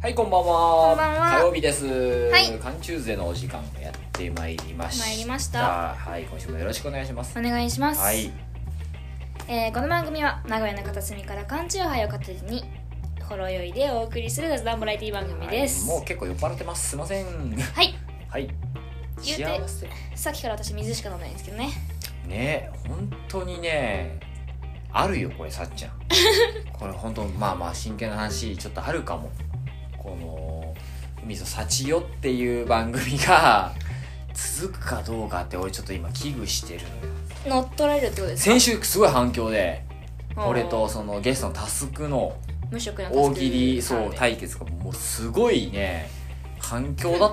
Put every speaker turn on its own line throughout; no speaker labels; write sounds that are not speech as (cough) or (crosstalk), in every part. はいこんばんは
こんばんは
火曜日です
はい
缶中勢のお時間がやってまいりました
参りました
はい今週もよろしくお願いします
お願いします、
はい
えーこの番組は名古屋の片隅から缶チューハイを片手にほろ酔いでお送りする雑談バラエティ番組です
はい
は
もう結構酔っ払ってますすいません
い、
はい
言うて
幸せ
さっきから私水しか飲んでないんですけどね
ね本当にねあるよこれさっちゃん
(laughs)
これ本当まあまあ真剣な話ちょっとあるかもこの「海ぞ幸よ」っていう番組が続くかどうかって俺ちょっと今危惧してるのよ
乗っ取られるってことですか
先週すごい反響で
うん
俺とそのゲストのタスクの
無職のタスク
大喜利そう
はい
対決がもうすごいね反響だっ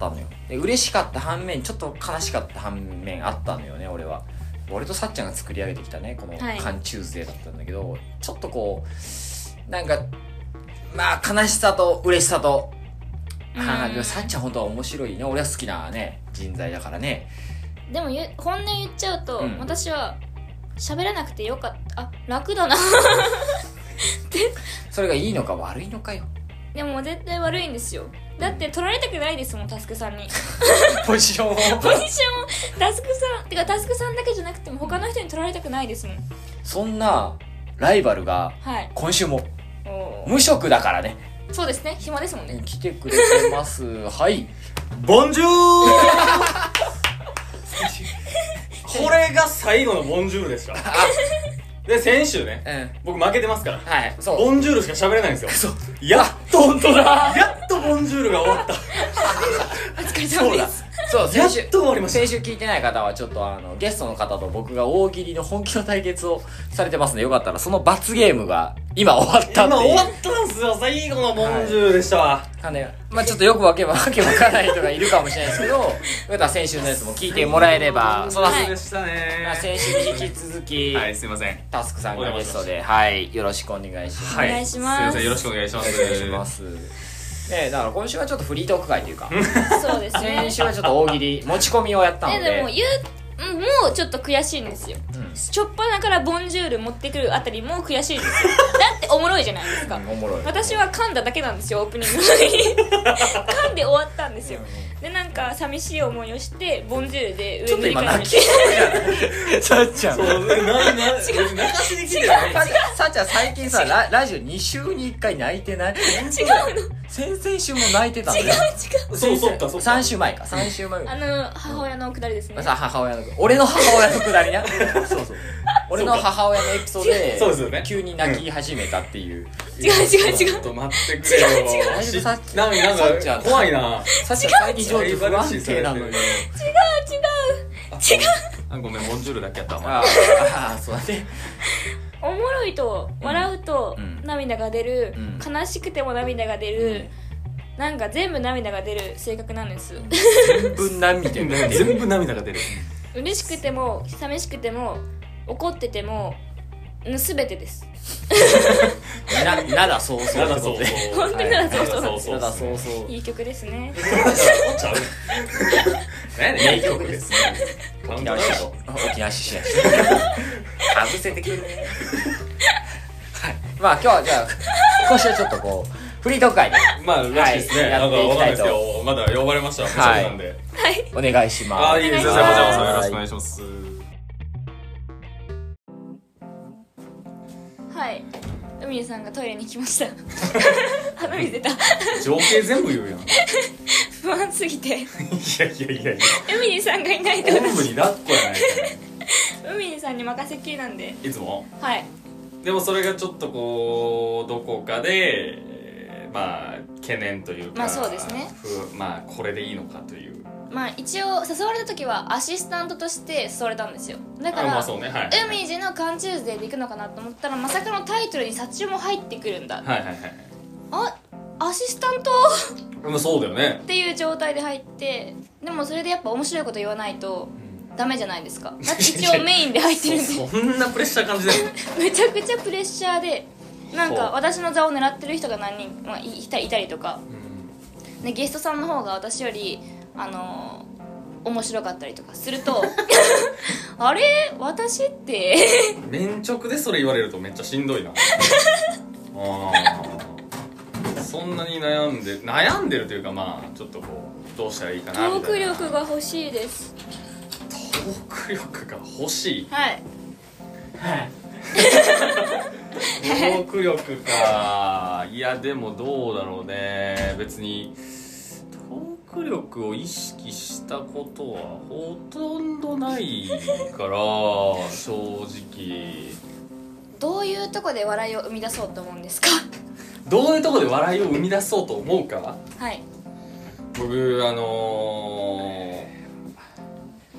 たのよで嬉しかった反面ちょっと悲しかった反面あったのよね俺は俺とさっちゃんが作り上げてきたねこの
は
「
い
缶チューズデー」だったんだけど、ちょっとこうなんかまあ悲しさと嬉しさとああでもさっちゃん本当は面白いね俺は好きなね人材だからね
でもゆ本音言っちゃうと、
うん
私は喋らなくてよかったあ楽だな (laughs)
それがいいのか悪いのか
(laughs)
よ
でも絶対悪いんですよだって取られたくないですもんタスク
(laughs)
さんに
ポジションを
ポジションをタスクさんてかタスクさんだけじゃなくても他の人に取られたくないですもん
そんなライバルが
はい
今週も
お
無職だからね
そうですね暇ですもんね
来てくれてます。 (laughs) はい。ボ (laughs) ンジュー
これが最後のボンジュール
(laughs)
でした。で、先週ね、
うん。
僕負けてますから、
はい。そう。
ボンジュールしか喋れないんです
そ
よ。
う。
やっと本当だやっとボンジュールが終わった。
お疲れ
そ
様
う
で
だ
す。
そう、
や
先
っ
週。
と終わりまし
先週聞いてない方はちょっとあのゲストの方と僕が大喜利の本気の対決をされてますのでよかったらその罰ゲームが今終わったっ
た。
て
今
いう
終わったんすよ、最後のボンジュールでしたわ。
かねまあちょっとよくわけわわけわからない人がいるかもしれない
(laughs)
ですけどよかったら先週のやつも聞いてもらえれば
そう
はい
でしたね
まあ先週に引き続き、
はい、すいません。
タスクさんがゲストではいよろしくお願いします、
は
お願いします
いません、よろしくお願いしま
お
す。
願いしますねえだから今週はちょっとフリートーク会というか
そうですね
(laughs) 先週はちょっと大喜利持ち込みをやったの
え
で
でも言ううんもうちょっと悔しいんですよ
うん
しょっぱなからボンジュール持ってくるあたりも悔しいで
(laughs)
すよだっておもろいじゃないですか
おもろい
私は噛んだだけなんですよオープニング
(laughs)
に噛んで終わったんですよでなんか寂しい思いをしてボンジュール
ちょ
で上
っと
塗り
今
替え
泣きさっちゃん
そう、な、な、泣かしできてるよね。
さっちゃん最近さララジオ2週に1回泣いてない
違うの
先々週も泣いてたの
(laughs) 違う違
よ
う
そう、そっか、そっか。
3週前か3週前
あの母親のくだりですね
さ母親の俺の母親のくだりなそうそう俺の母親のエピソードで
そうですよね
急に泣き始めたっていう
違う違う違
ちょ
う
っと待ってくれよ。
違う
し
さっき
なんか、
さっ
な
ちゃ
ん
ん
か、怖いな。
さっちゃん最近情緒不安定なのよ
違う違う
あごめん、ボンジュールだけやった
あ
わ。
あそうだね
おもろいと笑うと
うん
涙が出る、
う
悲しくても涙が出る、なんか全部涙が出る性格なんです、
全部涙が出る
全部涙が出る。
嬉しくても寂しくても怒っててもうん全てです
ななだそうそうってことで
そう
本当にならそうそう
そうそう
なだそうそう
いい曲ですね
ちゃう。ね
名曲ですね。
カウン
沖
トダウ
縄
ン
市場。沖縄市場。かぶせてくるね。はい。まあ今日はじゃあ、今週はちょっとこう、フリートーク会で
まあ、らしいです
はい
ね。なんかわかんないですけ
や
ど、まだ呼ばれました。無職なんで。
はい
お願いします。
ああ、いいですね。
お
お
願いします
邪魔さんよろしくお願いします。
はい海さんがトイレに来ました (laughs) 鼻水出た
情景全部言うやん。い
不安すぎて
やいやいやいや。
海さんがい (laughs) ないと
おんぶに抱っこやないか。
海さんに任せっきりなんで
いつも。
はい
でもそれがちょっとこうどこかでえーまあ懸念というか
まあそうですね
ふまあこれでいいのかという
まあ一応誘われた時はアシスタントとして誘われたんですよだか
あま
ら
あそうねはい
海地の缶チューズデーで行くのかなと思ったらまさかのタイトルに殺虫も入ってくるんだ
はいはいはい
あアシスタント
まあそうだよね
っていう状態で入ってでもそれでやっぱ面白いこと言わないとダメじゃない
(laughs)
ですかだって一応メインで入ってるんで
そそんなプレッシャー感じだよ
めちゃくちゃプレッシャーでなん
そ
か
う
私の座を狙ってる人が何人、まあ、いいたいたりとかでゲストさんの方が私よりあのー面白かったりとかする
(laughs)
とあれ私って (laughs)
うん面直でそれ言われるとめっちゃしんどいなああそんなに悩んで悩んでるというかまあちょっとこうどうしたらいいかな
トー
みた
ク
いな
力が欲しいです
トーク力が欲し
(laughs)
い
はい
トーク力かいやでもどうだろうね別にトーク力を意識したことはほとんどないから正直
どういうとこで笑いを生み出そうと思うんです
(laughs)
か
どういうところで笑いを生み出そうと思うか
はい
僕あの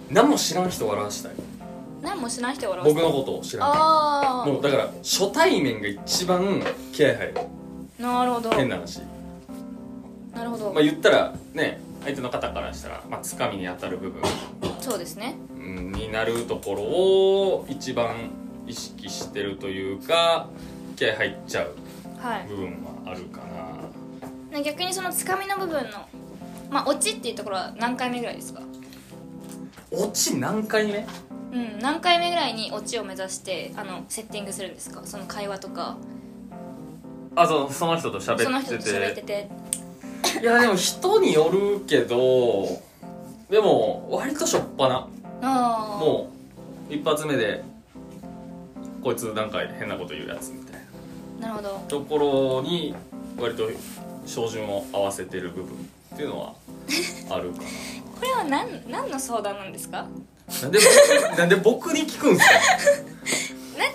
ー、何も知らん人を笑わしたい
何もしない人が笑わ
僕
せ
のことを知らん
あ
もうだから初対面が一番気合入る
あなるほど
変な話
なるほど、
まあ言ったらね相手の方からしたらまあつかみに当たる部分
そうですね
うんになるところを一番意識してるというか気合入っちゃう
はい
部分はあるかな
ね逆にそのつかみの部分のまあオチっていうところは何回目ぐらいですか
オチ何回目
うん何回目ぐらいにオチを目指してあのセッティングするんですかその会話とか
あそうその人と喋
その人と喋ってて
いやでも人によるけどでも割としょっぱな
ああ
もう一発目でこいつなんか変なこと言うやつみたいな
なるほど
ところに割と照準を合わせてる部分っていうのはあるかな
これは何何の相談なんですか
なんで僕 (laughs) なんで僕に聞くんすか
だ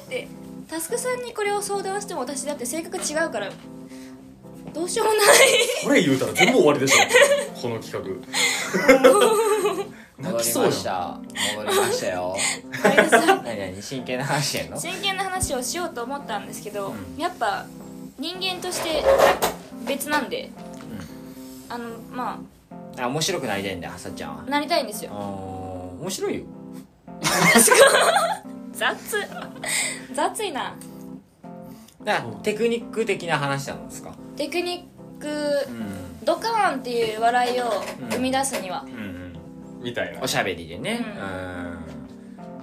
ってタスクさんにこれを相談しても私だって性格違うからどうしようもな
これ言うたら全部終わりでしょこの
(laughs)
企画
戻
泣き
り
そうや
ま
ん
した戻りましたよ
いごめんなさい
何何真剣な話してんの
(laughs) 真剣な話をしようと思ったんですけど、
うん
やっぱ人間として別なんで、あのま
あ面白くなりたいんださっちゃんは
あなりたいんです
あー
よ
面白いよ
雑雑いな
だからテクニック的な話なんですか
テクニック
うん
ドカーンっていう笑いを
うん
生み出すには、
うんうん
みたいな
おしゃべりでね
う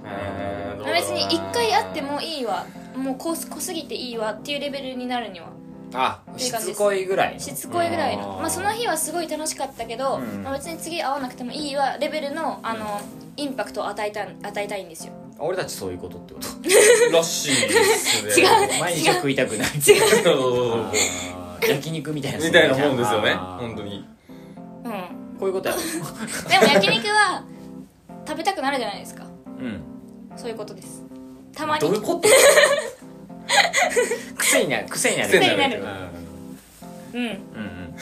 うーん
別に1回あってもいいわもう濃す濃すぎていいわっていうレベルになるには
あ
てい
し
う感じ
つ
です
こいぐらいの
しつこいぐらいの
あー
まあ、その日はすごい楽しかったけど、
うん
まあ、別に次会わなくてもいいわレベルのあのインパクトを与えた与えたいんですよ
俺たちそういうことってこと
らしいですね
(laughs) 違
毎日は食いたくない
そう
あー焼肉みたいな
(laughs) みたいなもんですよね
あー
本当に
うん
こういうことや
(laughs)
ろ
でも焼肉は食べたくなるじゃないですか
うん
そういうことですたまに
どういうこと
癖になる癖になる
癖にな
るうん、
うんうんうん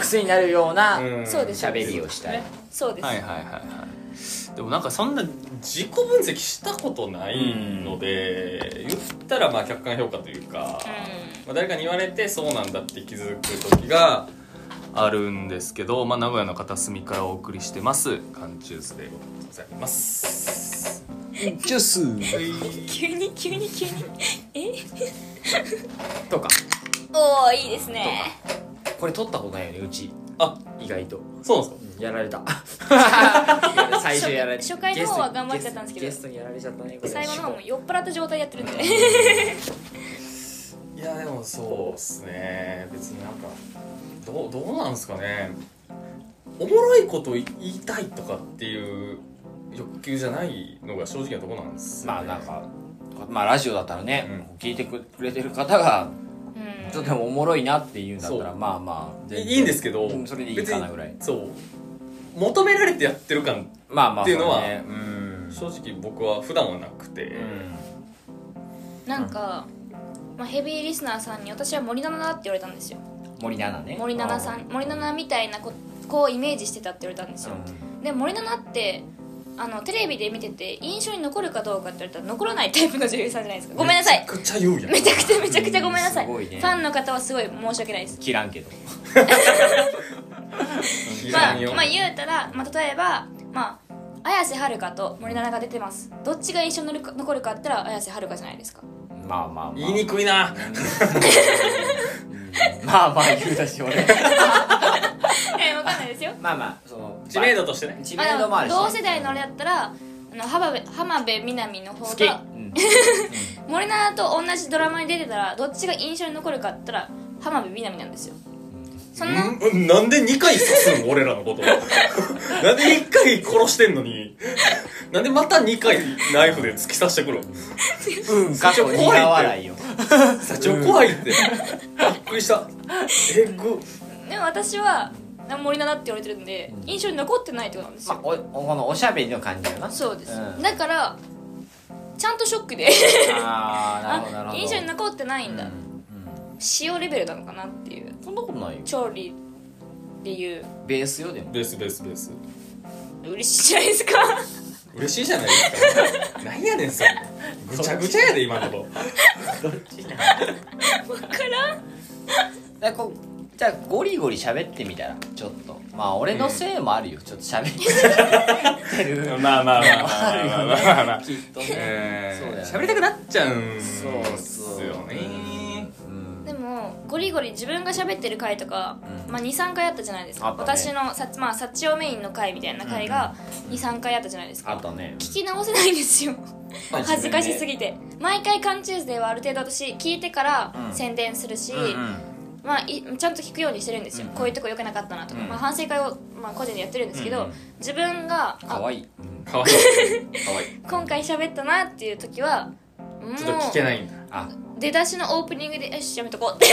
癖になるような
うん
そうです
喋りをしたい
そうです、
はいはいはいはいでもなんかそんな自己分析したことないので、言ったらまあ客観評価というか、
う
まあ、誰かに言われてそうなんだって気づく時があるんですけど、まあ、名古屋の片隅からお送りしてます缶チューズでございます
ジュース
急に急に急にえ
とか
おおいいですね
これ取ったことないよねうち
あ
意外と
そうなんですか
うんやら
(laughs)
れた最初やられ
初初回の方は頑張っちゃったんですけど
ゲストにゲストにやられちゃったねこれ
最後の方も酔っ払った状態でやってるんで
いやでもそうっすね別になんかどうどうなんですかねおもろいこと言いたいとかっていう欲求じゃないのが正直なとこなんですよ
まあ
ね
なんかまあラジオだったらね、
う
聞いてくれてる方が
うん
ちょっとでもおもろいなって言うんだったら
そう
まあまあ
いいいんですけど、
うんそれでいいかなぐらい
別にそう求められてやってる感
まあまあ
っていうのは
そねうん
正直僕は普段はなくて、
なんか、まあ、ヘビーリスナーさんに私は森七菜って言われたんですよ
うん森七菜ね
森七菜さん森七菜みたいな子子をイメージしてたって言われたんですよ、で森七菜ってあのテレビで見てて印象に残るかどうかって言われたら残らないタイプの女優さんじゃないですかごめんなさい
めちゃくちゃ言うやん
めちゃくちゃめちゃくちゃごめんなさい,、
うんすごいね
ファンの方はすごい申し訳ないです
切らんけど
知
ま
ら
あ
んよ、
まあ言うたら、まあ、例えば、まあ、綾瀬はるかと森七菜が出てますどっちが印象に残る残るかって言ったら綾瀬はるかじゃないですか
まあまあまあ
言いにくいな
まあまあ言うだし俺
(laughs) えわかんないですよ
まあまあその
知名度としてね
知名度もあるしね
同世代のあれだったらあの浜辺浜辺美波の
好
方
き
が森七菜と同じドラマに出てたらどっちが印象に残るかって言ったら浜辺美波なんですよそんな、
んなんで2回刺すん俺らのこ
(laughs)
となんで1回殺してんのになんでまた2回ナイフで突き刺してくるの
うんかっこ苦笑いよ
社長怖いってびっくりしたえぐ
でも私は森七菜って言われてるんで印象に残ってないってことなんです
まあ
よ、
おこのおしゃべりの感じだよな
そうです、
うん
だからちゃんとショックで
ああなるほどなる
あ
ほど
印象に残ってないんだ、
うんうん
塩レベルなのかなっていう
そんなことないよ
調理っていう
ベースよでも
ベースベースベース
嬉しいじゃないです
(laughs)
か
嬉しいじゃないですかなんやねんそれぐちゃぐちゃやで今のと
どっちな
わからん
だこうじゃあゴリゴリ喋ってみたらちょっとまあ俺のせいもあるよ、ちょっと喋ってる
まあまあまあ
あるよ
まあまあまあ
ねきっと (laughs) ね
え
そうだよね
ー喋りたくなっちゃうんです
そうそう
よね
うん
でもゴリゴリ自分が喋ってる回とか、
うん
まあ、23回あったじゃないですか、
あったね
私のさ、まあ、サチオメインの回みたいな回が23回あったじゃないですか、
あとね
聞き直せないんですよ恥ずかしす
ぎ
ぎて毎回「カンチューズデー」はある程度私聞いてから
うん
宣伝するし、
うんうん
まあ、いちゃんと聞くようにしてるんですよ、
うん
こういうとこ良くなかったなとか、
うん
まあ、反省会を、まあ、個人でやってるんですけど、
うんうん
自分が
かわ
あ
いい、うん
かわいいかわいい
今回喋ったなっていう時はもう
ちょっと聞けないんだ
あ
出だしのオープニングで「よしやめとこう」って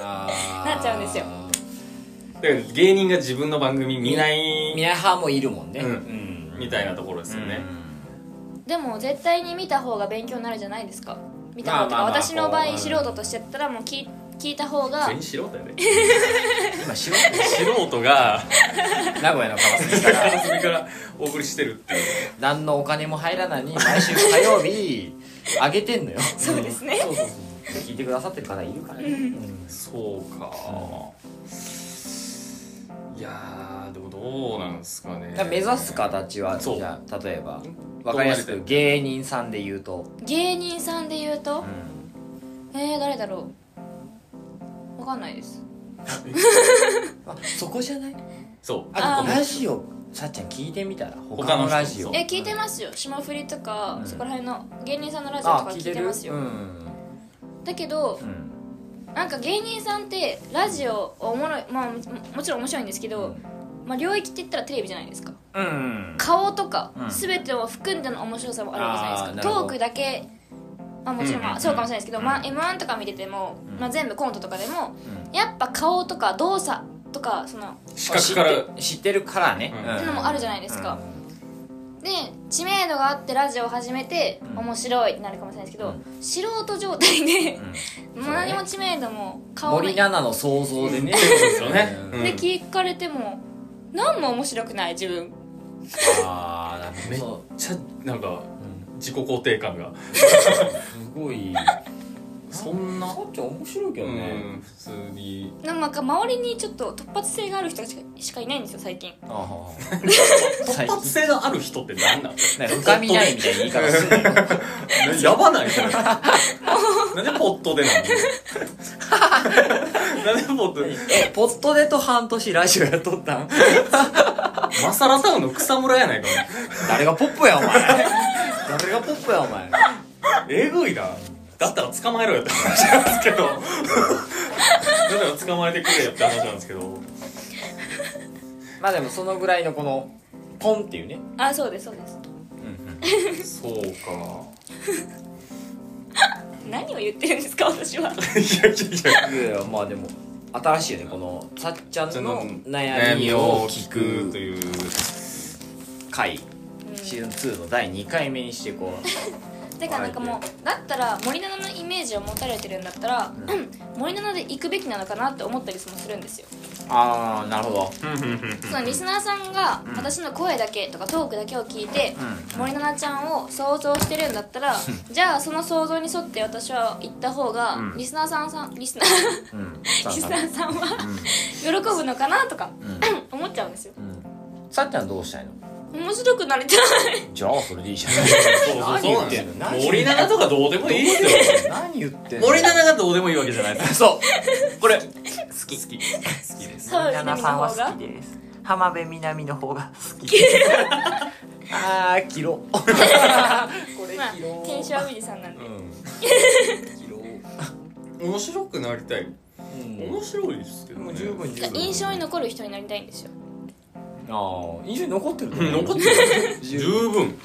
あー
なっちゃうんですよ
だから芸人が自分の番組見ない
ミヤハもいるもんね、
うん
うん
みたいなところですよね、
でも絶対に見た方が勉強になるじゃないですか見た方とか、
まあまあまあ
私の場
こ
合
う
素人としてやったらもう聞い聞いた方が
全員素人やで
うん今白い
素人が
名古屋の川崎から (laughs)
それからお送りしてるっていう
何のお金も入らないのに毎週火曜日あげてんのよ
そうですね
(laughs) そうそうそう聞いてくださってる方いるからね、うん
そうかいやーでもどうなんですかね
だから目指す形は
そう
じゃあ例えば分かりやす
どうなり
く芸人さんで言うと、
芸人さんで言うと
う、ん
えー、誰だろうわかんないです
あそこじゃない
そう
あ
あー
ラジオさっちゃん聞いてみたら他
他の
の
人
ラジオ
え聞いてますよ霜降りとか、
うん
そこら辺の芸人さんのラジオと
あ
か
聞い
聞
て
いて
る
ますよ、
うん
だけど
うん
なんか芸人さんってラジオおもろいまあももちろん面白いんですけど、まあ、領域って言ったらテレビじゃないですか
うんうん
顔とか
うん
全てを含んでの面白さもあるわけじゃない
あー
で
なる
すか
ほど
トークだけまあもちろ
うんうん
んま
う
あ
ん
そうかもしれないですけど、
うん
まあ、m 1とか見てても、
うん
まあ、全部コントとかでもやっぱ顔とか動作とかその
視覚から
知って知ってるからね、
うん
ってのもあるじゃないですかで知名度があってラジオを始めて
うん
面白いってなるかもしれないですけど、
う
素人状態で
う、ん
(laughs) もう何も知名度も顔も
森七菜の想像でね
ってことですよね
うん
うん
で聞かれても何も面白くない自分
ああな
め
る
っ
ほど
ちゃなんか
うん
自己肯定感が
すごい
そんな
さっちゃん面白いけ
う
どね、
ん普通に
なんか周りにちょっと突発性がある人しかしかいないんですよ最近
ああ
突発性のある人って何なの
なんか深みないみたいな言い方するの
やば (laughs) ないそ (laughs) れなんでポットでな (laughs) のなんでポットで
えポットでと半年ラジオやっとったん
マサラタウンの草むらやないか
誰がポップやお前誰がポップやお前
お前えぐいなだったら捕まえろよって話なんですけどだったら捕まえてくれよって話なんですけど
まあでもそのぐらいのこのポンっていうね、
あそうですそうです
そうか
何を言ってるんですか (laughs) 私はい
やい
いや
やいや
いやまあでも新しいよねこのさっちゃんの悩
悩
み
み
を
を
聞
聞
く
く
と
と
いう
いう
回シーズン2の第2回目にしてこ
てかなんかもうだったら森七菜のイメージを持たれてるんだったら、森七菜で行くべきなのかなって思ったりもするんですよ、
うああなるほど
そのリスナーさんが
ん
私の声だけとかトークだけを聞いて、
う
森七菜ちゃんを想像してるんだったらじゃあその想像に沿って私は行った方が、
うん
リスナーさんさんリスナー
うん
リスナーさんは喜ぶのかなとか、思っちゃうんですよ
うんうんさっちゃんどうしたいの
面白くなりたい
じゃあ (laughs) それでいいじゃん
そうそうそうなんです
何
よ
言ってんの
森永とかどうでもいいですよ
何言ってんの
森永がどうでもいいわけじゃないです
(laughs) そうこれ好き
好き好きです
澤部みなみの方が
きです浜辺美波の方が好き (laughs) あーキロこれ
まあ
キロ
天使はみりさんなんで、
うんキロ
面白くなりたい
うん
面白いですけど、ね、
もう十分十分
印象に残る人になりたいんですよ
ああ印象に残ってると
う
思
ん
う
残ってる
十
十
分
分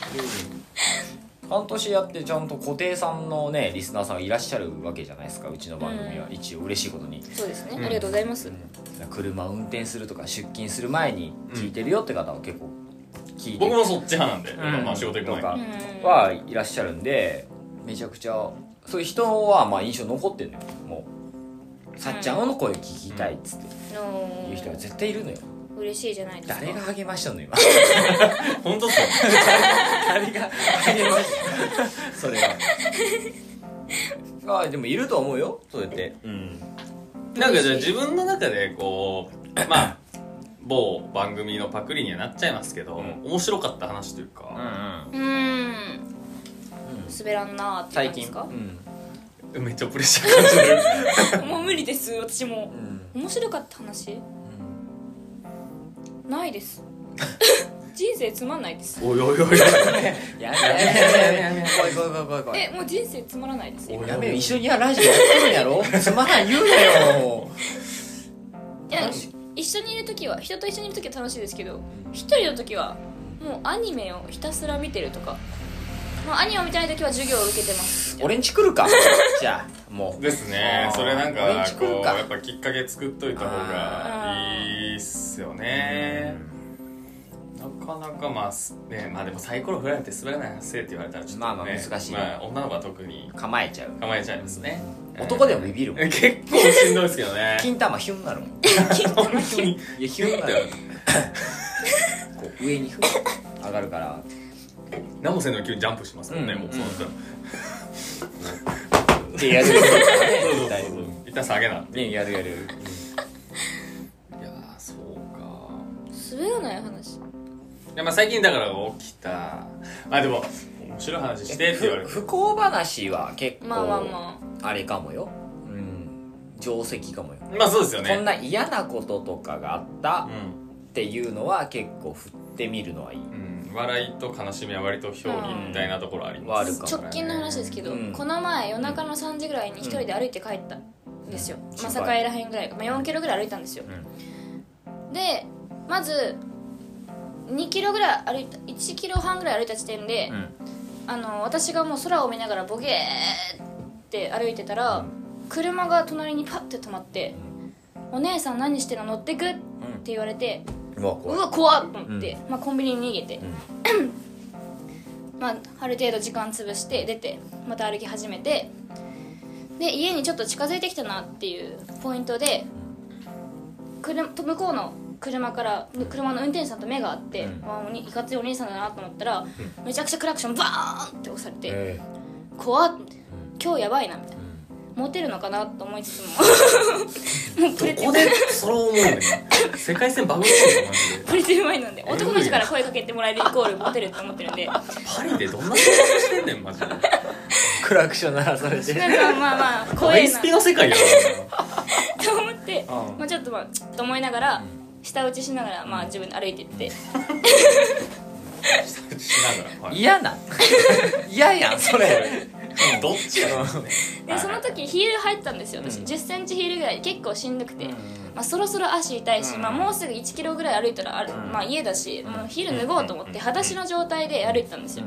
半年やってちゃんと固定さんのねリスナーさんがいらっしゃるわけじゃないですかうちの番組は
う
一応嬉しいことに、
そうですね、
うん
ありがとうございます、
車を運転するとか出勤する前に聞いてるよって方は結構聞いて
僕もそっち派なんで、
うん
まあ仕事行く前
とか
に
うん
はいらっしゃるんでめちゃくちゃそういう人はまあ印象残ってるのよもうさっちゃんの声聞きたいっつって
の
いう人は絶対いるのよ
嬉しいじゃないですか
誰が励ましたの今
本当っすよ
誰が励ましたそれはあでもいると思うよそうやってうん
なんかじゃあ自分の中でこうまあ某番組のパクリにはなっちゃいますけど、
うん
面白かった話という
うん
か、
うーん
うん
滑らんなーって
最
感じで
近
すか
うん
めっちゃプレッシャー感じる
(laughs) もう無理です私も
うん
面白かった話
うん
ないです (laughs) 人生つまんないです
(laughs) おいおいおいお
やめ
い
やめやめやめ怖い怖い怖い怖い怖い
えもう人生つまらないです今
お
い
い
やめよ一緒にラジオやってるんやろつまらん言う (laughs) なよ
や一緒にいる時は人と一緒にいる時は楽しいですけど一人の時はもうアニメをひたすら見てるとかまあアニメを見たい時は授業を受けてます
俺んち来る (laughs) かじゃあもう
ですね
あー
それなんか
俺んち来
こ
る
う
か
やっぱきっかけ作っといた方がいいっすよねなかなかまあねまあでもサイコロ振られて滑らない話せって言われたらちょっと、ね、
まあまあ難しい
まあ、女の子は特に
構えちゃう
構えちゃいますね、
男でもビビるもん
え結構しんどいですけ
(laughs)
どね
金玉ヒュンなるもん
本当に
いやヒュンなる (laughs) こう上にふン上がるから
何もせんのに急にジャンプしますもんね、
うん
もうそうなったら
ってやるよ
そうそう
大丈
そう一旦下げなって
ねやるやる
いやーそうか
滑らない話
いやまあ最近だから起きたあでも面白い話してって言われ
ふ
る
不幸話は結
まあまあ
構
ま
あれかもようん定石かもよ
まあそうですよね
こんな嫌なこととかがあった
う
っていうのは結構振ってみるのはいい
ん、うん、笑いと悲しみは割と表裏みたいなところあり
あ
ます、
る
あ
かも
直近の話ですけど、
うん
この前夜中の3時ぐらいに一人で歩いて帰ったんですよ、まさかえらへんぐらい、まあ、4キロぐらい歩いたんですよ、でまず2キロぐらい歩いた1キロ半ぐらい歩いた地点で、
うん
あの私がもう空を見ながらボケーって歩いてたら、車が隣にパッて止まって「お姉さん何してんの乗ってく?」って言われて
うんうわ
う
怖い
わ怖っと思って、まあ、コンビニに逃げて、 (coughs) まあ、ある程度時間潰して出てまた歩き始めてで家にちょっと近づいてきたなっていうポイントで車と向こうの車から車の運転手さんと目が合って、
うん
あおにいかついお兄さんだなと思ったら、めちゃくちゃクラクションバーンって押されて、
え
怖っ今日やばいなみたいな
えうん
モテるのかなと思いつつも (laughs) もうプレ
ど
テ
こでそれ思うね (laughs) ん世界線バグってるのマジで
プレテマイなんで男の人から声かけてもらえるイコールモテるって思ってる
(laughs)
んで
パリでどんな生活してんねんマジで
クラクション鳴らされて
なんかまあまあ怖
ハイ
えな
スピの世界や
と思って、
うん
まあ、ちょっとまあちょっと思いながら舌打ちしながらまあ自分で歩いてって、
なしながら、はい、
嫌 (laughs) な嫌やんそれ
どっちやろ
でその時ヒール入ったんですよ私、
うん
1 0ンチヒールぐらい結構しんどくて、
うん
まあ、そろそろ足痛いし、
うん
まあ、もうすぐ1キロぐらい歩いたらある、
ん
まあ、家だし、もうヒール脱ごうと思っ
うん
て裸足の状態で歩いてたんですよ、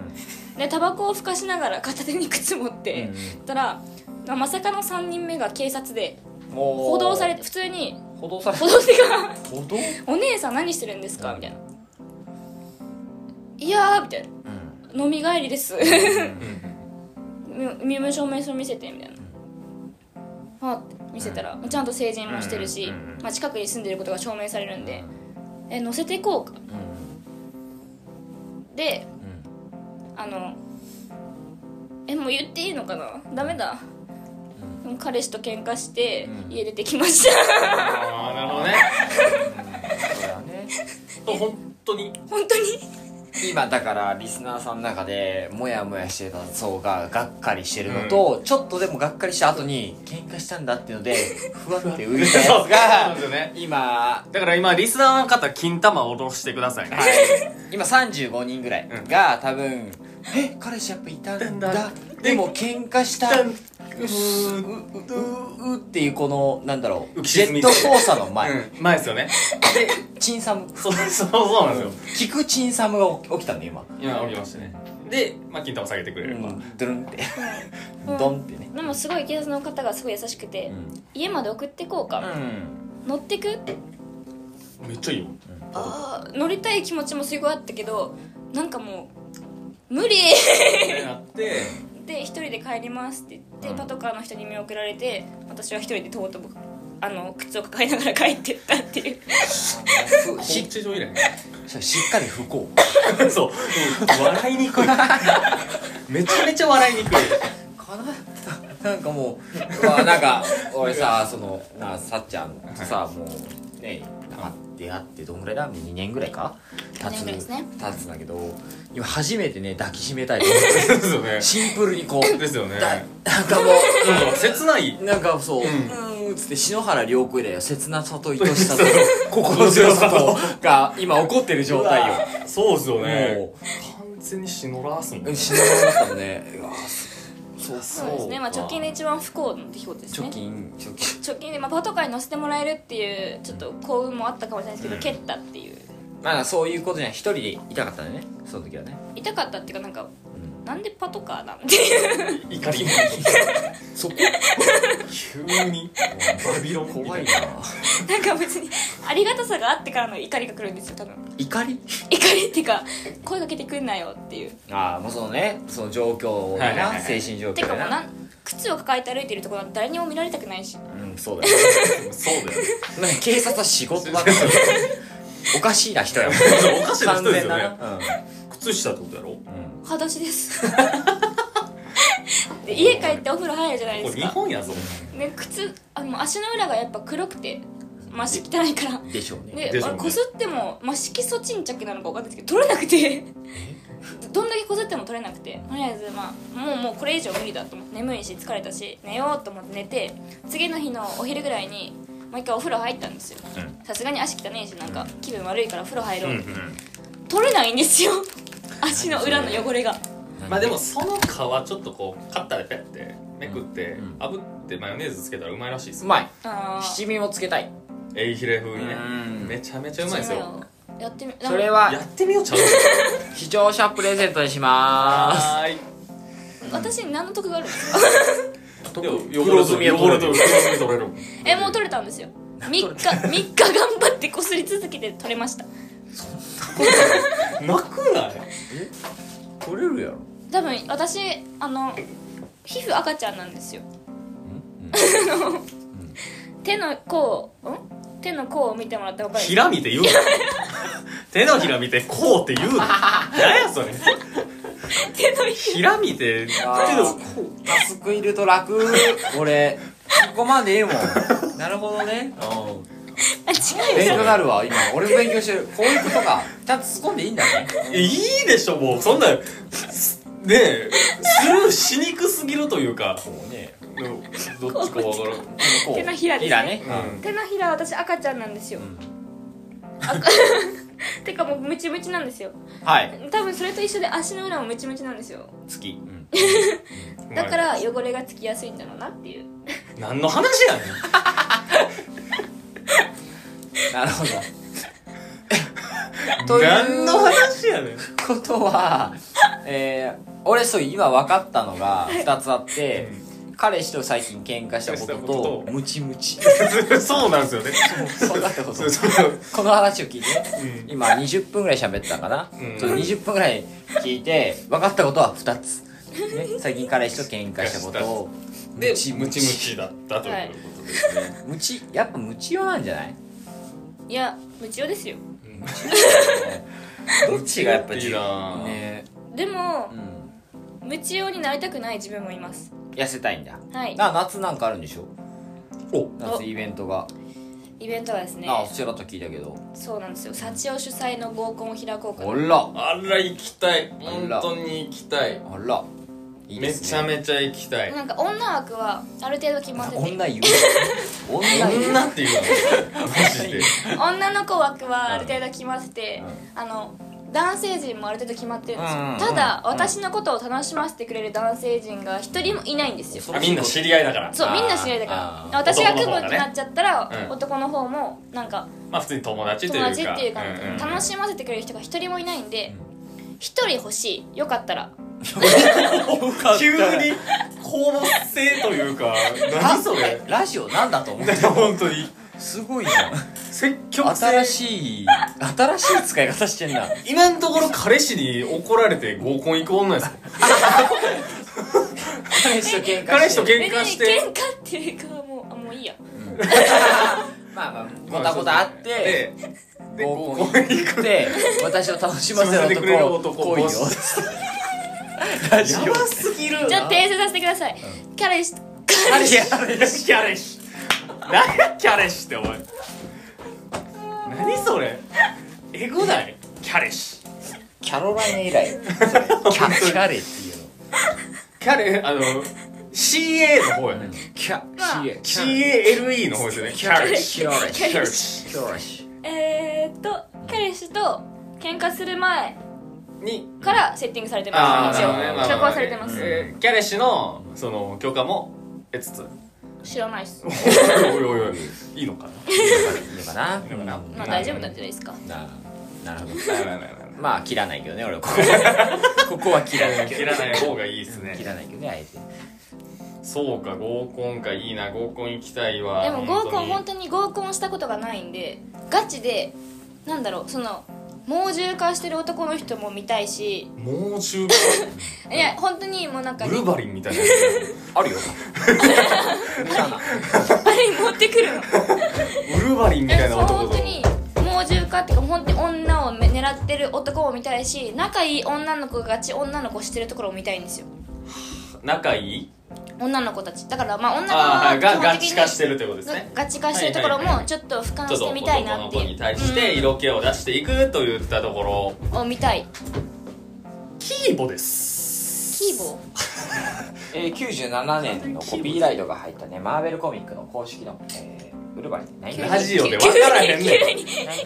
でタバコをふかしながら片手に靴持って、
うん
たら、まあまさかの3人目が警察で
も
補導されて普通に
歩道され
歩道手が
歩道
「お姉さん何してるんですか?」みたいな「いやー」みたいな
うん
「飲み帰りです」
うん
み (laughs) 身分証明書見せてみたいな。あって見せたらちゃんと成人もしてるし、
うんうんうん
まあ、近くに住んでることが証明されるんで
う
「え乗せていこうか
うん」
で
うん
あのえもう言っていいのかなダメだ、でも彼氏と喧嘩して
うん
家出てきました、 (laughs)
ああなるほどね
そうだね
本当に
本当に
今だからリスナーさんの中でモヤモヤしてた層ががっかりしてるのと、ちょっとでもがっかりした後に喧嘩したんだっていうの
(laughs)
でふわって浮いた
そうなん
やつ
ですよ
が
ね
今
だから今リスナーの方金玉を下ろしてくださいね
はい、今35人ぐらいが多分「え彼氏やっぱいたんだ
いたんだ
でも喧嘩した
いた
う
ん
うううっていうこのなんだろう
浮き
ジェ
沈
ッ
み
トコースターの前、
うん、前ですよね
チンサム
そうそうそうなんですよ
聞くチンサムが起き起きたんで今、
今起きましたねで、まあ、金玉下げてくれ
う
れば、
ん、ドゥルンって
うん
ドンってね
でもすごい警察の方がすごい優しくて、
うん、
家まで送ってこうか、乗ってくって
めっちゃいいよ
あー乗りたい気持ちもすごいあったけどなんかもう無理 (laughs)
ってなって
で一人で帰りますって言って、
うん
パトカーの人に見送られて私は一人でとぼとぼあの靴を抱えながら帰ってったっていう
ふ
し
し
っち上以来
しっかり不幸
(laughs) そううん (laughs) 笑いにくいめちゃめちゃ笑いにくい
かななんかもううわなんか俺さそのなさっちゃんとさ、もうねあ出会ってどんぐらいだ2年ぐらいか経つ
二年ぐらいですね
経つんだけど今初めてね抱きしめたいと思って
ですよね
シンプルに
(laughs)
こう
ですよね
だなんかも
そう切ない
うんなんかそう、う
うん
ーん、つって篠原涼子以来の切なさと愛しさと心強さとが今起こってる状態よ
よそうですよね
も
完全にしのらすもん
う
ね
篠原だったもんねうわそう
そうですね、まあ、直近で一番不幸の出来事ですね
貯金貯金
直近で、まあ、パトカーに乗せてもらえるっていうちょっと幸運もあったかもしれないですけど、
うん
蹴ったっていう
まあそういうことじゃない一人でいたかったんだよねその時はね、
痛かったっていうかなんか
うん、
なんでパトカーなんていう
怒り
そこ
(laughs) 急にバビロン
怖い
み (laughs)
な
たい
(laughs) なんか別にありがたさがあってからの怒りが来るんですよ多分
怒り
怒りっていうか声かけてくんなよっていう
ああもうそのねその状況を
はいはいは
ない精神状
て
況
かも
だ
う
な
なん靴を抱えて歩いてるところは誰にも見られたくないし
うんそうだよね
そうだよね
なんか警察は仕事
(laughs)
ばっかりおかしいな人やもん
おかしな人ですよね
完全だな
靴下ってことやろ
うんうん
裸足ですで家帰ってお風呂入るじゃない
こ
です
れ日
か
本やぞ
ね靴あの足の裏がやっぱ黒くてまあ足汚いから
でしょうね
で
でしょうね
あれこすっても、まあ、色素沈着なのか分かんないですけど取れなくてどんだけこすっても取れなくてとりあえず、まあ、もうもうこれ以上無理だと思って眠いし疲れたし寝ようと思って寝て次の日のお昼ぐらいにもう一回お風呂入ったんですよ
うん
さすがに足汚いしなんか気分悪いからお風呂入ろう、
ん
取れないんです
(laughs)
よ足の裏の汚れが
まあでもその皮ちょっとこうカッターでペッてめくって
うん
炙ってマヨネーズつけたらうまいらしいです
う
よ
まい
あー
七味もつけたい
エイヒレ風にね
うん
めちゃめちゃうまいですよ
やってみ
それ
や
は
ってみようちゃう (laughs)
視聴者プレゼントにしま
はーい
私に何の得があるんですか (laughs)
す
でも
黒ずみは取れてる
黒ずみ取れる
えもう取れたんですよ3日3日頑張ってこすり続けて取れました
なくない
取れるやろ
多分私あの皮膚赤ちゃんなんですよ (laughs) 手の甲をん手の甲を見てもらったら分かる
(laughs) ひらみて言うな (laughs) 手のひら見てこうって言 (laughs) うな何やそれ
手のひ
ひらみて手
あー
のこう
タスクいると楽 (laughs) 俺ここまでええもん (laughs) なるほどね
あ違う
勉強になるわ今俺も勉強してるこういうことかちゃんと突っ込んでいいんだ (laughs) ね
いいでしょもうそんなんすねえスルーしにくすぎるというか
こうね
どっちかわからん
こう
手のひらですね
ね
うん
手のひら私赤ちゃんなんですよ、 (laughs) てかもうムチムチなんですよ
はい
多分それと一緒で足の裏もムチムチなんですよ
月うん
だから汚れがつきやすいんだろうなっていう
何の話やねん
なるほどという
何の話やねん
ことはえー俺そう今分かったのが2つあって彼氏と最近喧嘩したこと
喧嘩したこと
と
と
ムチムチ (laughs)
(laughs) そうなんですよね
そうだってこと
そうそう
この話を聞いて
うん
今20分ぐらい喋ったかな、
うん
ちょっと20分ぐらい聞いて分かったことは2つ、ね、最近彼氏と喧嘩したことを
で
ム
ム
チ
チ
ム
ム
チ
チだったということですね、
ムチやっぱムチ用なんじゃ
(laughs)
ない
いやムチオですよ
どっちがやっぱ
いいな
ね
でも
う、ん
ムチオになりたくない自分もいます
痩せたいんだ
はい
な夏なんかあるんでしょ
お
夏イベントが、
イベントはですね
あちらっと聞いたけど
そうなんですよ幸男主催の合コンを開こうか
あ
な
ら
あら行きたい
あ
本
ら
当に行きたい
あらいいで
め
す
ちゃ
ね
めちゃ行きたい
なんか女枠はある程度決まってて
女
(laughs)
言う女言う
女
(laughs)
っていうのマジで
女の子枠はある程度決まってて、
う
あの男性陣もある程度決まってるんですよ、
うんうんうん
ただ、
うん
私のことを楽しませてくれる男性陣が一人もいないんですよ
恐
あみんな知り合いだから
そうみんな知り合いだ
あ
か
ー
ら私が組む
男
っ
の方が
て
ね
なっちゃったら、
うん
男の方もなんか
まあ普通に友達とい
友
うか
達っていうか、
んん
楽しませてくれる人が一人もいないんで一人欲しいよかったら
急に高物性というか何それ
ラジオなんだと思って
本当に
すごいじゃ
積極
ん
性
新しい新しい使い方してんな
今のところ彼氏に怒られて合コン行く女です
(laughs)
よ
彼氏と喧嘩して
彼氏と
別
喧嘩し
に
て
喧嘩っていうかもうあもういいや
まあまあごたごたあって
で
合コ
合コ
ン
ン
行って私を楽しませる
楽しませてくれる
男
男
来いよ
ボ
ラジオ
やばすぎる
じゃあ訂正させてください、彼氏
彼氏
彼氏何や彼氏ってお前何それエグない彼氏
キャロライナ以来キャキャレっていうの
彼あの CA の方やね
キャキャキャ
CALE の方ですよね彼氏
キャレキ
彼氏
ャレ
えー、っと彼氏と喧嘩する前
に
からセッティングされてます一応
あーなるほどねまあまあ
許可はされてます、
うん
えー彼氏のその許可も得つつ
知らないっす
おいおいおいいいのかな
いいのかない
いのかな
うん
まあ大丈夫なんじゃないですか
ななるほど
ないないないない
まあ切らないけどね俺はここここは切らないけど
切らない方がいいです
切
ね
らないけどねあえて
そうか合コンかいいな合コン行きたいわ
でも合コン本
本当
当に合コンしたことがないんでガチでなんだろうその猛獣化してる男の人も見たいし
に猛獣
いや本当にもうなんか
ブ
ね
ルーバリンみたいな
あるよ見たな
あれ持ってくるの
ブルーバリンみたいな
そう
男
本
と
当に猛獣化っていうか本当に女を狙ってる男を見たいし仲いい女の子がガチ女の子してるところを見たいんですよ
仲いい
女の子たちだからまあ女の子
ああ
は
はいがガ
基本的
チ
に
化してるってことですね
ガチ化してるところ
はいはいは
も
い
ちょっと俯瞰
ちょっと
してみたいなって
男の子
いう
に対して色気を出していくといったところ
うんを見たい
キーボです
キーボー
(laughs) えー、97年のコピーライトが入ったねマーベルコミックの公式の、えー、ウルヴァリンね
ラジオで分からへんねん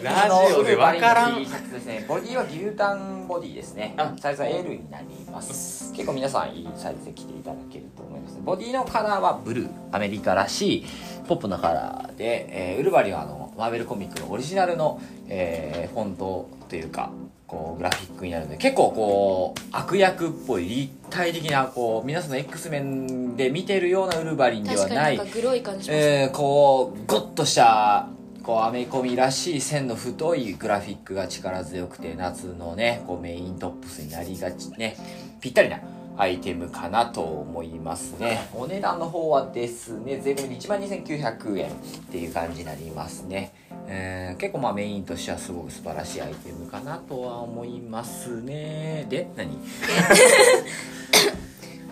ラジオで分からん
ナイキのウルヴァリン T シャツですねボディは牛タンボディですね
あ
サイズは L になります結構皆さんいいサイズで着ていただけると思いますボディのカラーはブルーアメリカらしいポップなカラーで、えーウルヴァリンはあのマーベルコミックのオリジナルの、えーフォントというかこうグラフィックになるので結構こう悪役っぽい立体的なこう皆さんの X メンで見てるようなウルヴァリンでは
確かに
な
ないんかグロい感じしますね
えー、こうゴッとしたこうアメコミらしい線の太いグラフィックが力強くて夏のねこうメイントップスになりがちねぴったりなアイテムかなと思いますねお値段の方はですね税込みで12,900円っていう感じになりますね、えー結構まあメインとしてはすごく素晴らしいアイテムかなとは思いますねで何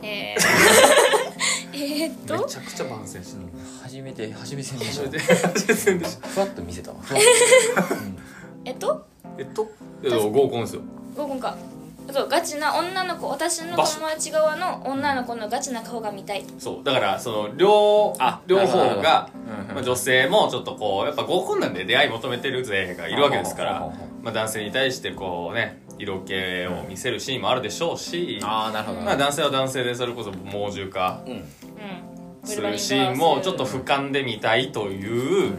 えー (laughs) えーっと
ちゃくちゃ番宣してる
初めて初めて見
初
せ
め
た
て初めてでした
ふわっと見せたわふわっと、うん
えっと
えっとえっと合コンですよ
合コンかそうガチな女の子私の友達側の女の子のガチな顔が見たい
そうだからその両
あ
両方が、
うんうん
まあ、女性もちょっとこうやっぱ合コンなんで出会い求めてる勢がいるわけです
ほ
か
う
ら
ほうほうほ、
まあ、男性に対してこうね色気を見せるシーンもあるでしょうし、
ああなるほど、
まあ、男性は男性でそれこそ猛獣化
うん
うん
するシーンもちょっと
で
俯瞰で見たいという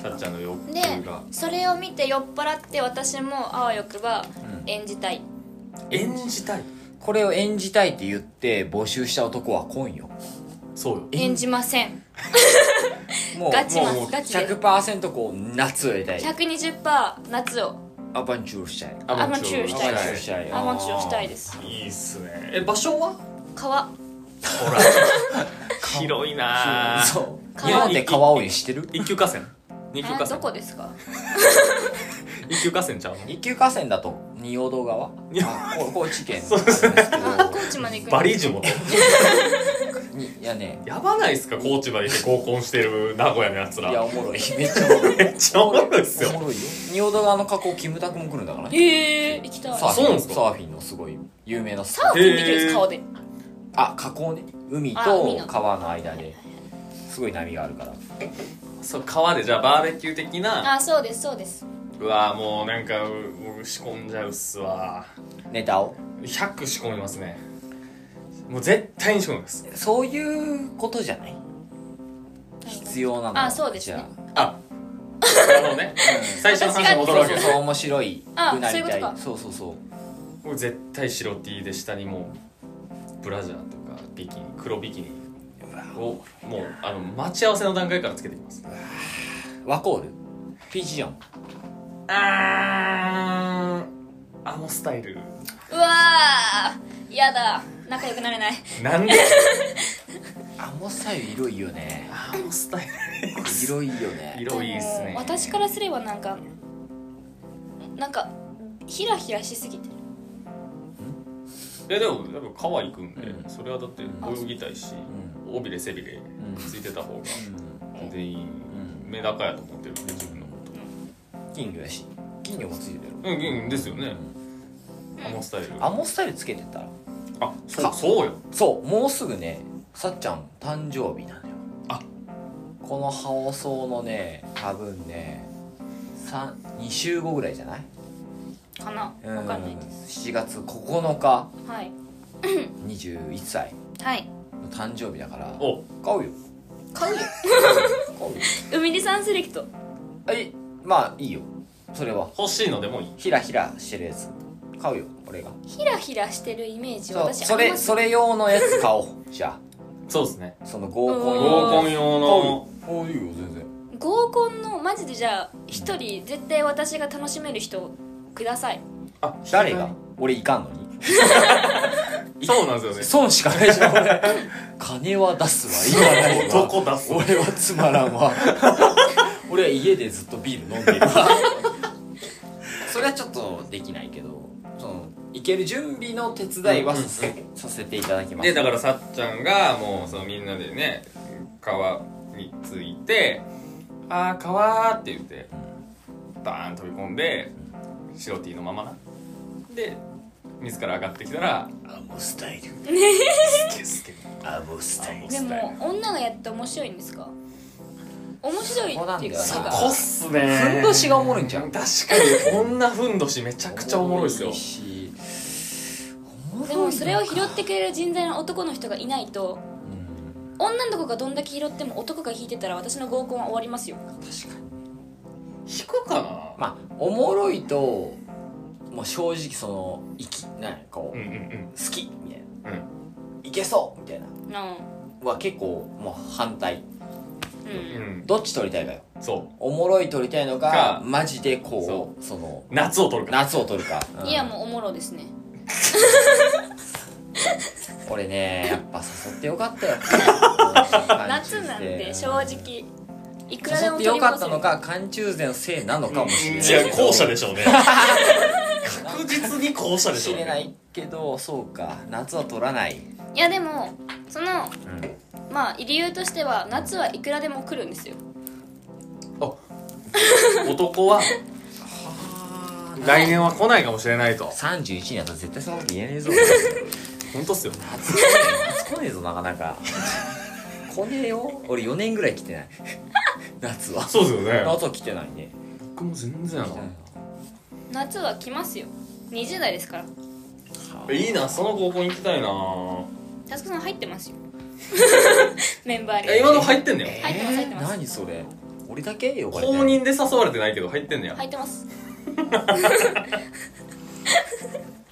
さっちゃんの欲求が
それを見て酔っ払って私もあわよくば演じたい、
演じたい
これを演じたいって言って募集した男は来んよ
そうよ
演じません
もう
ガチ
もう
ます
もう
ガチで
100%こう夏を得たい
120%夏を
アバンチュールしたい
ア
アマチュア
ア
し
バ
た
ンチュ
いで
ール
す
したい
アマチュアしたいです
いいっすねえ場所は
川
ほら (laughs) 広いな
あー
あ
そう日
川
本で川を知ってる
一級河川二級河
あど
川
こですか
一級河川ちゃうの
一級河川だと仁淀川
仁淀
あこ高知県
そう
あ高知まで行く
バリ地元
にいやね
やばないっすか高知まで行って合コンしてる名古屋のやつ
いや
ら
おもろいめっちゃおもろい
めっちゃおもろいっす
おも
よ
ろいよ仁淀川の河口キムタクも来るんだからね
えー、行きたい
サー
サ
フィン
あそうなんすか
サーフィンのすごい有名なスポッ
ー
ト
フィンできるんです川で
あ河口ね海
あ海
と
の
川の間ですごい波があるから
そう川でじゃあバーベキュー的な
あそうですそうです
うわーもうなんかうう仕込んじゃうっすわ
ネタを
100仕込みますねもう絶対に仕込みます
そういうことじゃない必要なの
あそうです
じ
ね
ゃ
あなるほどね
あうん
最初の話に戻る
そう
わ
そう
けです
そう面白いくなりたい
あ
そうそうそう
もう絶対白 T で下にもうブラジャーとかビキニ黒ビキニをもうあの待ち合わせの段階からつけていきます
ワコールピーチジョン
あーあのスタイル
うわーやだ仲良くなれない
(laughs) なんで
あもうスタイル色いよね
あのスタイ
色いよね
ル色いいっす
で
ね
も私からすればなんかなんかヒラヒラしすぎてる
いやでもやっぱ可愛くんで、
うん
それはだって泳ぎたいし、帯で背びれ
うん
ついてた方が
う
全員
ん
メダカやと思ってるんで自分のこ
ん金魚やし金魚もついてる
とうんうんですよねあのスタイル
あもうスタイルつけてたら
あそうそうよ
そうもうすぐねさっちゃん誕生日なのよ
あ
この放送のね多分ね2週後ぐらいじゃない
かな
うん
わかんないです
7月9日
はい
21歳
はい
の誕生日だから
お
買うよ
買うよ
買う
(laughs)
よ
海出さんセレクト
えまあいいよそれは
欲しいのでもいい
ヒラヒラしてるやつ買うよ俺が
ヒラヒラしてるイメージ
そう
私
そ
あり
れ
ます
それ用のやつ買おう (laughs) じゃ
そうですね
あその合コン
う
用
ん
合コン用の
買うよあいいよ全然
合コンのマジでじゃあ一人絶対私が楽しめる人ください
あ
誰が俺いかんのに
そうなんですよね
損しかないじゃん俺 (laughs) 金は出すわ言わないわ
男出す
俺はつまらんわ (laughs) 俺は家でずっとビール飲んでるわ (laughs) それはちょっとできないけどその行ける準備の手伝いはさせ,、させていただきます
でだからさっちゃんがもうそのみんなでね川について「あー川」って言ってバーン飛び込んで白 T のままなで自ら上がってきたら
アモスタイル
「すけすけ
アモスタイル
でも女がやって面白いんですか面白いっていうか
そ
な
こなんだよな
んか
こっすね
ふんどしがおもろいんちゃう
確かにこんなふんどしめちゃくちゃおもろいですよ
し
でもそれを拾ってくれる人材の男の人がいないと
うん
女の子がどんだけ拾っても男が引いてたら私の合コンは終わりますよ
確かに
引くかな、
まあおもろいともう正直その「いき」なんかこう、
うんう
好
ん
きみたいな
うんうん
「いけそう」みたいな
な
は結構もう反対
う
うんん
どっち撮りたいかよ
そ
おもろい撮りたいのか
か
マジでこ
そう
その
う夏を取るか
夏を撮るか、うん
いやもうおもろですね
俺ねやっぱ誘ってよかったよ
(laughs) 夏なんて正直いくらで
誘っ
も
て
取
よ
り
か
戻
っ
せ
た
る
のか寒中前のせいなのかもしれない
いや後者でしょうね確実に後者でしょ
知
うね
れないけどそうか夏は取らない、
いやでもその
うん、
まあ理由としては夏はいくらでも来るんですよ
男は来年は来ないかもしれないと
31になったら絶対そんなこと言えねえぞ
本当っすよ
夏来ねえぞなかな
(laughs)
か来ねえよ俺4年ぐらい来てない夏は
そうですよね
夏は来てないね
僕も全然や
夏は来ますよ20代ですから
いいなその合コン行きたいな
タスクさん入って
(laughs)
ますよメンバーに
え今の入ってんだ
え
よ
入ってます入ってます
ー何それ俺だけ呼ばれて
公認で誘われてないけど入ってんだよ
入ってます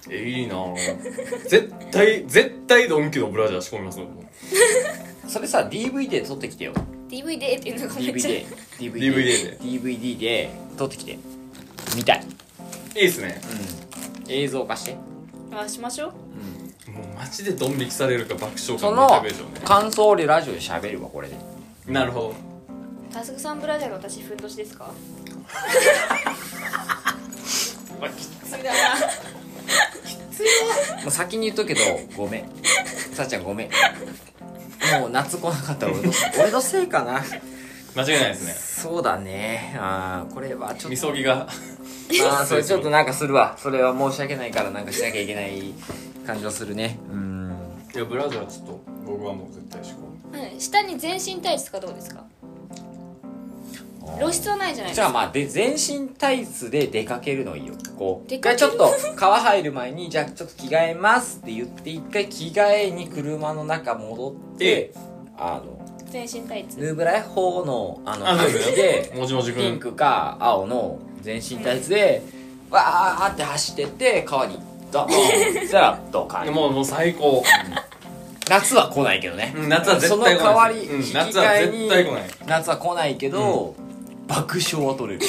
えいいな絶対絶対ドンキのブラジャー仕込みますの
それさ DVD で撮ってきてよ
DVD っていうのがめっ
DVD
ちゃ
で
DVD で
DVD で撮ってきて見たい、うん、
いいっすね
映像化して、
あしましょう
もう街でドン引きされるか爆笑
そ
か
の
のベーションね
感想俺ラジオで喋るわこれで
なるほ
タスクさんブラジャーの私ふんどしですか
どまあき
それだな
もう先に言っとくけどごめんさっちゃんご
(laughs)
めんもう夏来なかったら俺の俺のせいかな
間違いないですね
そうだねあーこれはちょっ
み
と
そぎ
あ
が
ーそれちょっとなんかするわそれは申し訳ないからなんかしなきゃいけない感じはするねうん
いやブラジャーちょっと僕はもう絶対仕込む
うん下に全身タイツとかどうですか
あ
露出はないじゃない
じ
で
ゃあ
すか
まあで全身タイツで出かけるのいいよこう
出
一
か
回
け
ち
る
ょっと川入る前にじゃあちょっと着替えますって言って一回着替えに車の中戻ってあの
全身タイツ
ヌーブライ方のあの
あそう
感
で
じ
す
で
もじもじく
ピン
ん
クか青の全身タイツでわーって走ってって川にドーンそ (laughs) したらドカン
もうもう最高
夏は来ないけどね
うん夏は絶対来ない
その代わり
うん
引き
夏は
換えに
絶対来ない
夏は来ないけど爆笑は取れる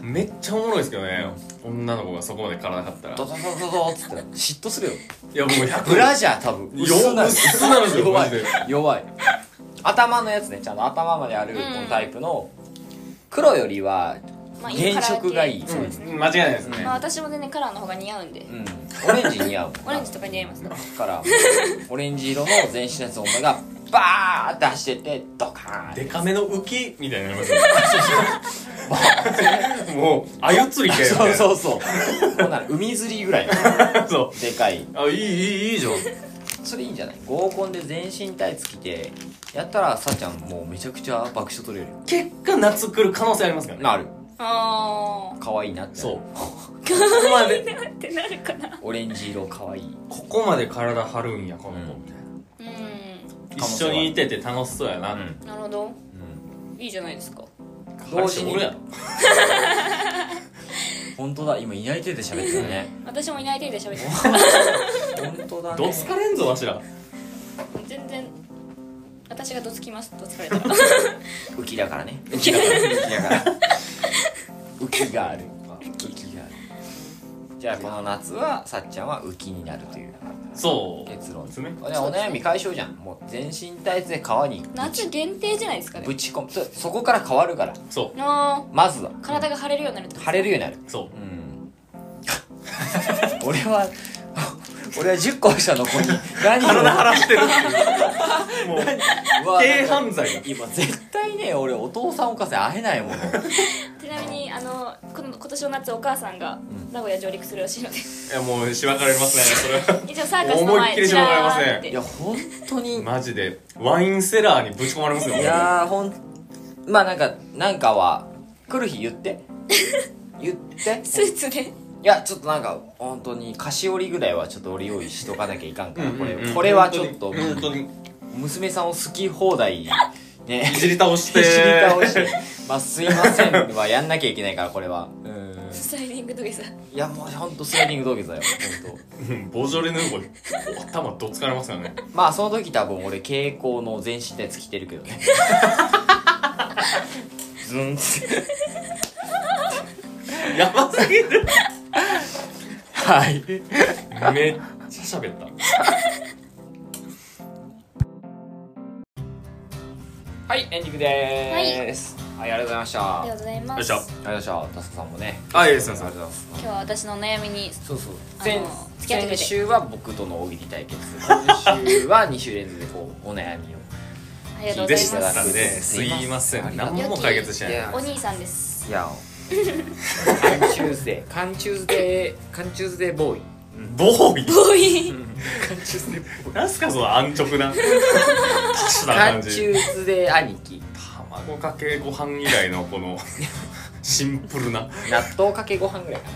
めっちゃおもろいですけどね女の子がそこまで体張ったら
ドドドドドっつって嫉妬するよ
いやもう100
ブラジャー多分
よ
薄なる
薄なるんですよ
弱い
マジで
弱い頭のやつねちゃんと頭まであるこのタイプの黒よりは
まあ
原色がいい
カラー系そうですね、
うん間違いないですね
まあ私も全然カラーの方が似合うんで
うんオレンジ似合う
(laughs) オレンジとか似合いますね
からオレンジ色の全身のやつお前がバーって走ってってドカーン
デカめの浮きみたいになりますよ (laughs) もうあゆ釣りかよみたい
そうそ
な
うそうほんなら海釣りぐらい
そう
でかい
あいいいいいいじゃん
それいいんじゃない合コンで全身タイツ着てやったらさっちゃんもうめちゃくちゃ爆笑取れるよ
結果夏来る可能性ありますからね
なる
ああ
可愛いなってな
そう
る
ここまで
ってなるかな
オレンジ色可愛い
ここまで体張るんやこの子みたい
う
な
ん
可能
一
性は
緒にいてて楽しそうやな、
うん
なるほどいいじゃないですか
同時に
俺やろ
(laughs) 本当だ今いない手で喋ってるね
私もいない程度で喋ってます
本当だね
どつかれんぞわしら
全然私がどつきますどつかれたら
(laughs) 浮きだからね浮きだから浮きだから (laughs) 浮きがある浮きがあるじゃあこの夏はさっちゃんは浮きになるという
そう
結論
ですね
おお悩み解消じゃんもう全身タイツで川に
夏限定じゃないですかね
ぶち込むそそこから変わるから
そ
あ
まずは
ー体が腫れるようになるってこと
晴れるようになる
うそう
うん俺は俺は10個下の子に何を
体張らしてるって
(laughs)
いうもう
うわ
軽犯罪
今絶対ね俺お父さんお母さんに会えないもの
ちなみにあのこの今年の夏お母さんが名古屋上陸するらしい
(laughs)
ので
いやもうしばかれますねそれは
一応サーカスの
思いっ
前
きりしばかれますね
ちらーって
いや本当に
マジでワインセラーにぶち込まれますよ
いやーほんまあなんかなんかは来る日言って言って
スーツで
いやちょっとなんか本当に菓子折りぐらいはちょっと折り用意しとかなきゃいかんからこれこれはちょっと
本当に本
娘さんを好き放題ね
当にいじり倒し
知
て
り倒してまあすいませんはやんなきゃいけないからこれはうん
スライディング土下座
いやもうほんとスライディング土下座よほんと
うんボジョレ・ヌーボーに頭どつかれます
(laughs)
からね
まあその時多分俺蛍光の全身タイツ着てるけどねズンって
やばすぎる
はい
めっちゃ喋った
はいエンディングでーすはい、ありがとうございました
あ
ありが
りがとうございま
よい
す
しょ
今
とうございましたタスカさんもね
あいいですいま
ありがとう
せん
ございます
日は私のお悩みに
そうそう
あの
先
付き合ってく
先
れて
週は僕との大喜利対 (laughs) 決今週は2週連続でこうお悩みを
ありがとうご
で
ざ
し
い
た
ます
らねすいません何も解決してない
お兄さんです
いや缶チューズデー缶チューズデー缶チューズデーボーイ
ボーイ
ボーイ
缶チューズデーボーイ
何すかその安
(laughs)
直なきちな
缶
感
チ
じ
ューズデー兄貴
卵かけご飯以来
(laughs)
のこのシンプルな
納豆かけご飯ぐらいか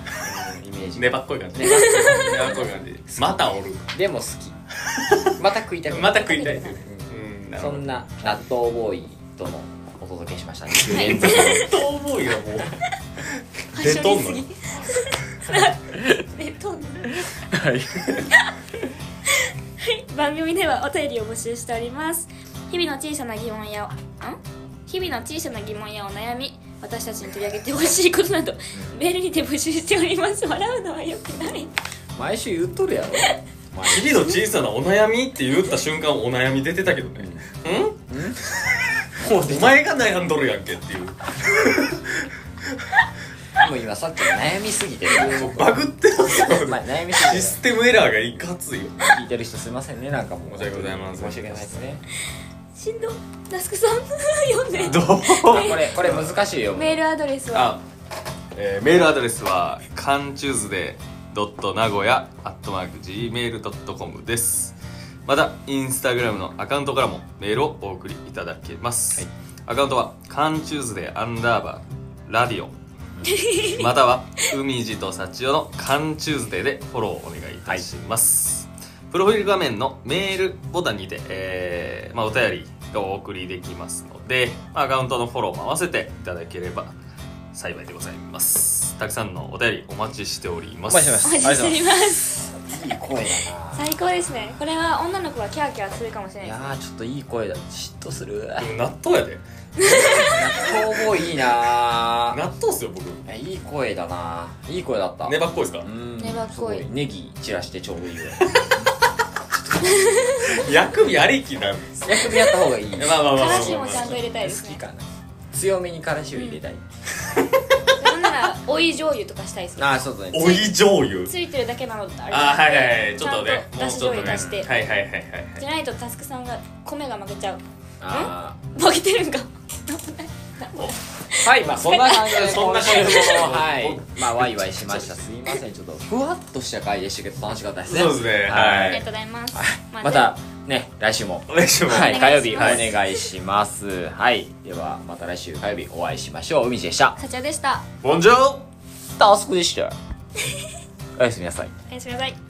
なイメージ
粘っこい感じ
粘っこ
粘っこい感じまたおる
でも好きまた食いたく
ま
な
た
る
食いたいっていううんなる
そ
ほど
んな納豆ボーイとのお届けしましたね連
ず
続
っと思いはもう出とんのよ
ベトンの
はい
番組ではお便りを募集しております日々の小さな疑問やん日々の小さな疑問やお悩み私たちに取り上げてほしいことなどメールにて募集しております笑うのはよくない
毎週言っとるやろ毎週
日々の小さなお悩みって言った瞬間お悩み出てたけどねうん
もう
お前が悩んどるやんけっていう
もう今さっきの悩みすぎてる
バグってますよ
お前悩み
シ
すぎ
ス
て
テムエラーがいかついよ
る聞いてる人すいませんねなんかもう
申し訳ございません
申し訳ないですね
しんどナスクさん (laughs) 読んで
ど
こ
う
れこれ難しいよ
メールアドレスは
あ、えーメールアドレスはカンチューズデードット名古屋アットマーク Gmail.com ですまたインスタグラムのアカウントからもメールをお送りいただけます、アカウントはカンチューズでアンダーバーラデ
(laughs)
ィオまたは海地と幸代のカンチューズデーでフォローお願いいたします、プロフィール画面のメールボタンにて、えーまあ、お便りをお送りできますのでまあアカウントのフォローも合わせていただければ幸いでございますたくさんのお便りお待ちしております
お待ちしてます
お待ちしております
いい声だ
最高ですねこれは女の子はキャーキャーするかもしれ
な
ないいで
やー
す
ちょっといい声だ嫉妬す (laughs) る
でも納豆やで
今日もいいな
納豆っすよ僕
ーいい声だなーいい声だった
粘っこいですか
うん
粘っこい
すごネギ散らしてちょう (laughs) どいいぐらい
薬味ありきなんです
薬味やった方がいい
まあまあまあまあ
からしもちゃんと入れたいです
好
ね
きかな強めにからしを入れたい、
なんならおい醤油とかしたいですね
ああそうだね
おい醤油
ついてるだけなのってあれ
あーはいはいはいちょっとね
ちゃんとだし醤油足して
もうちょっとねはいはいはいはいはい
じゃないとタスクさんが米が負けちゃう (laughs)
あ
負けてるんか
ーはいまあ (laughs) そんな感じで
そんな感じで
今週もはいまあワイワイしましたすいませんちょっとふわっとした回でしたけど楽しかったですね
そうですね
あ
は
りが
い
とうございます
またね来週も
お願いします
はい、
お
火
願
曜
い
日
し
お
ます
願いします。はい、ではまた来週火曜日お会いしましょう。海地でした。
社長でした
ボンジョー (laughs)
タスクでした。おやすみなさい。
おやすみなさい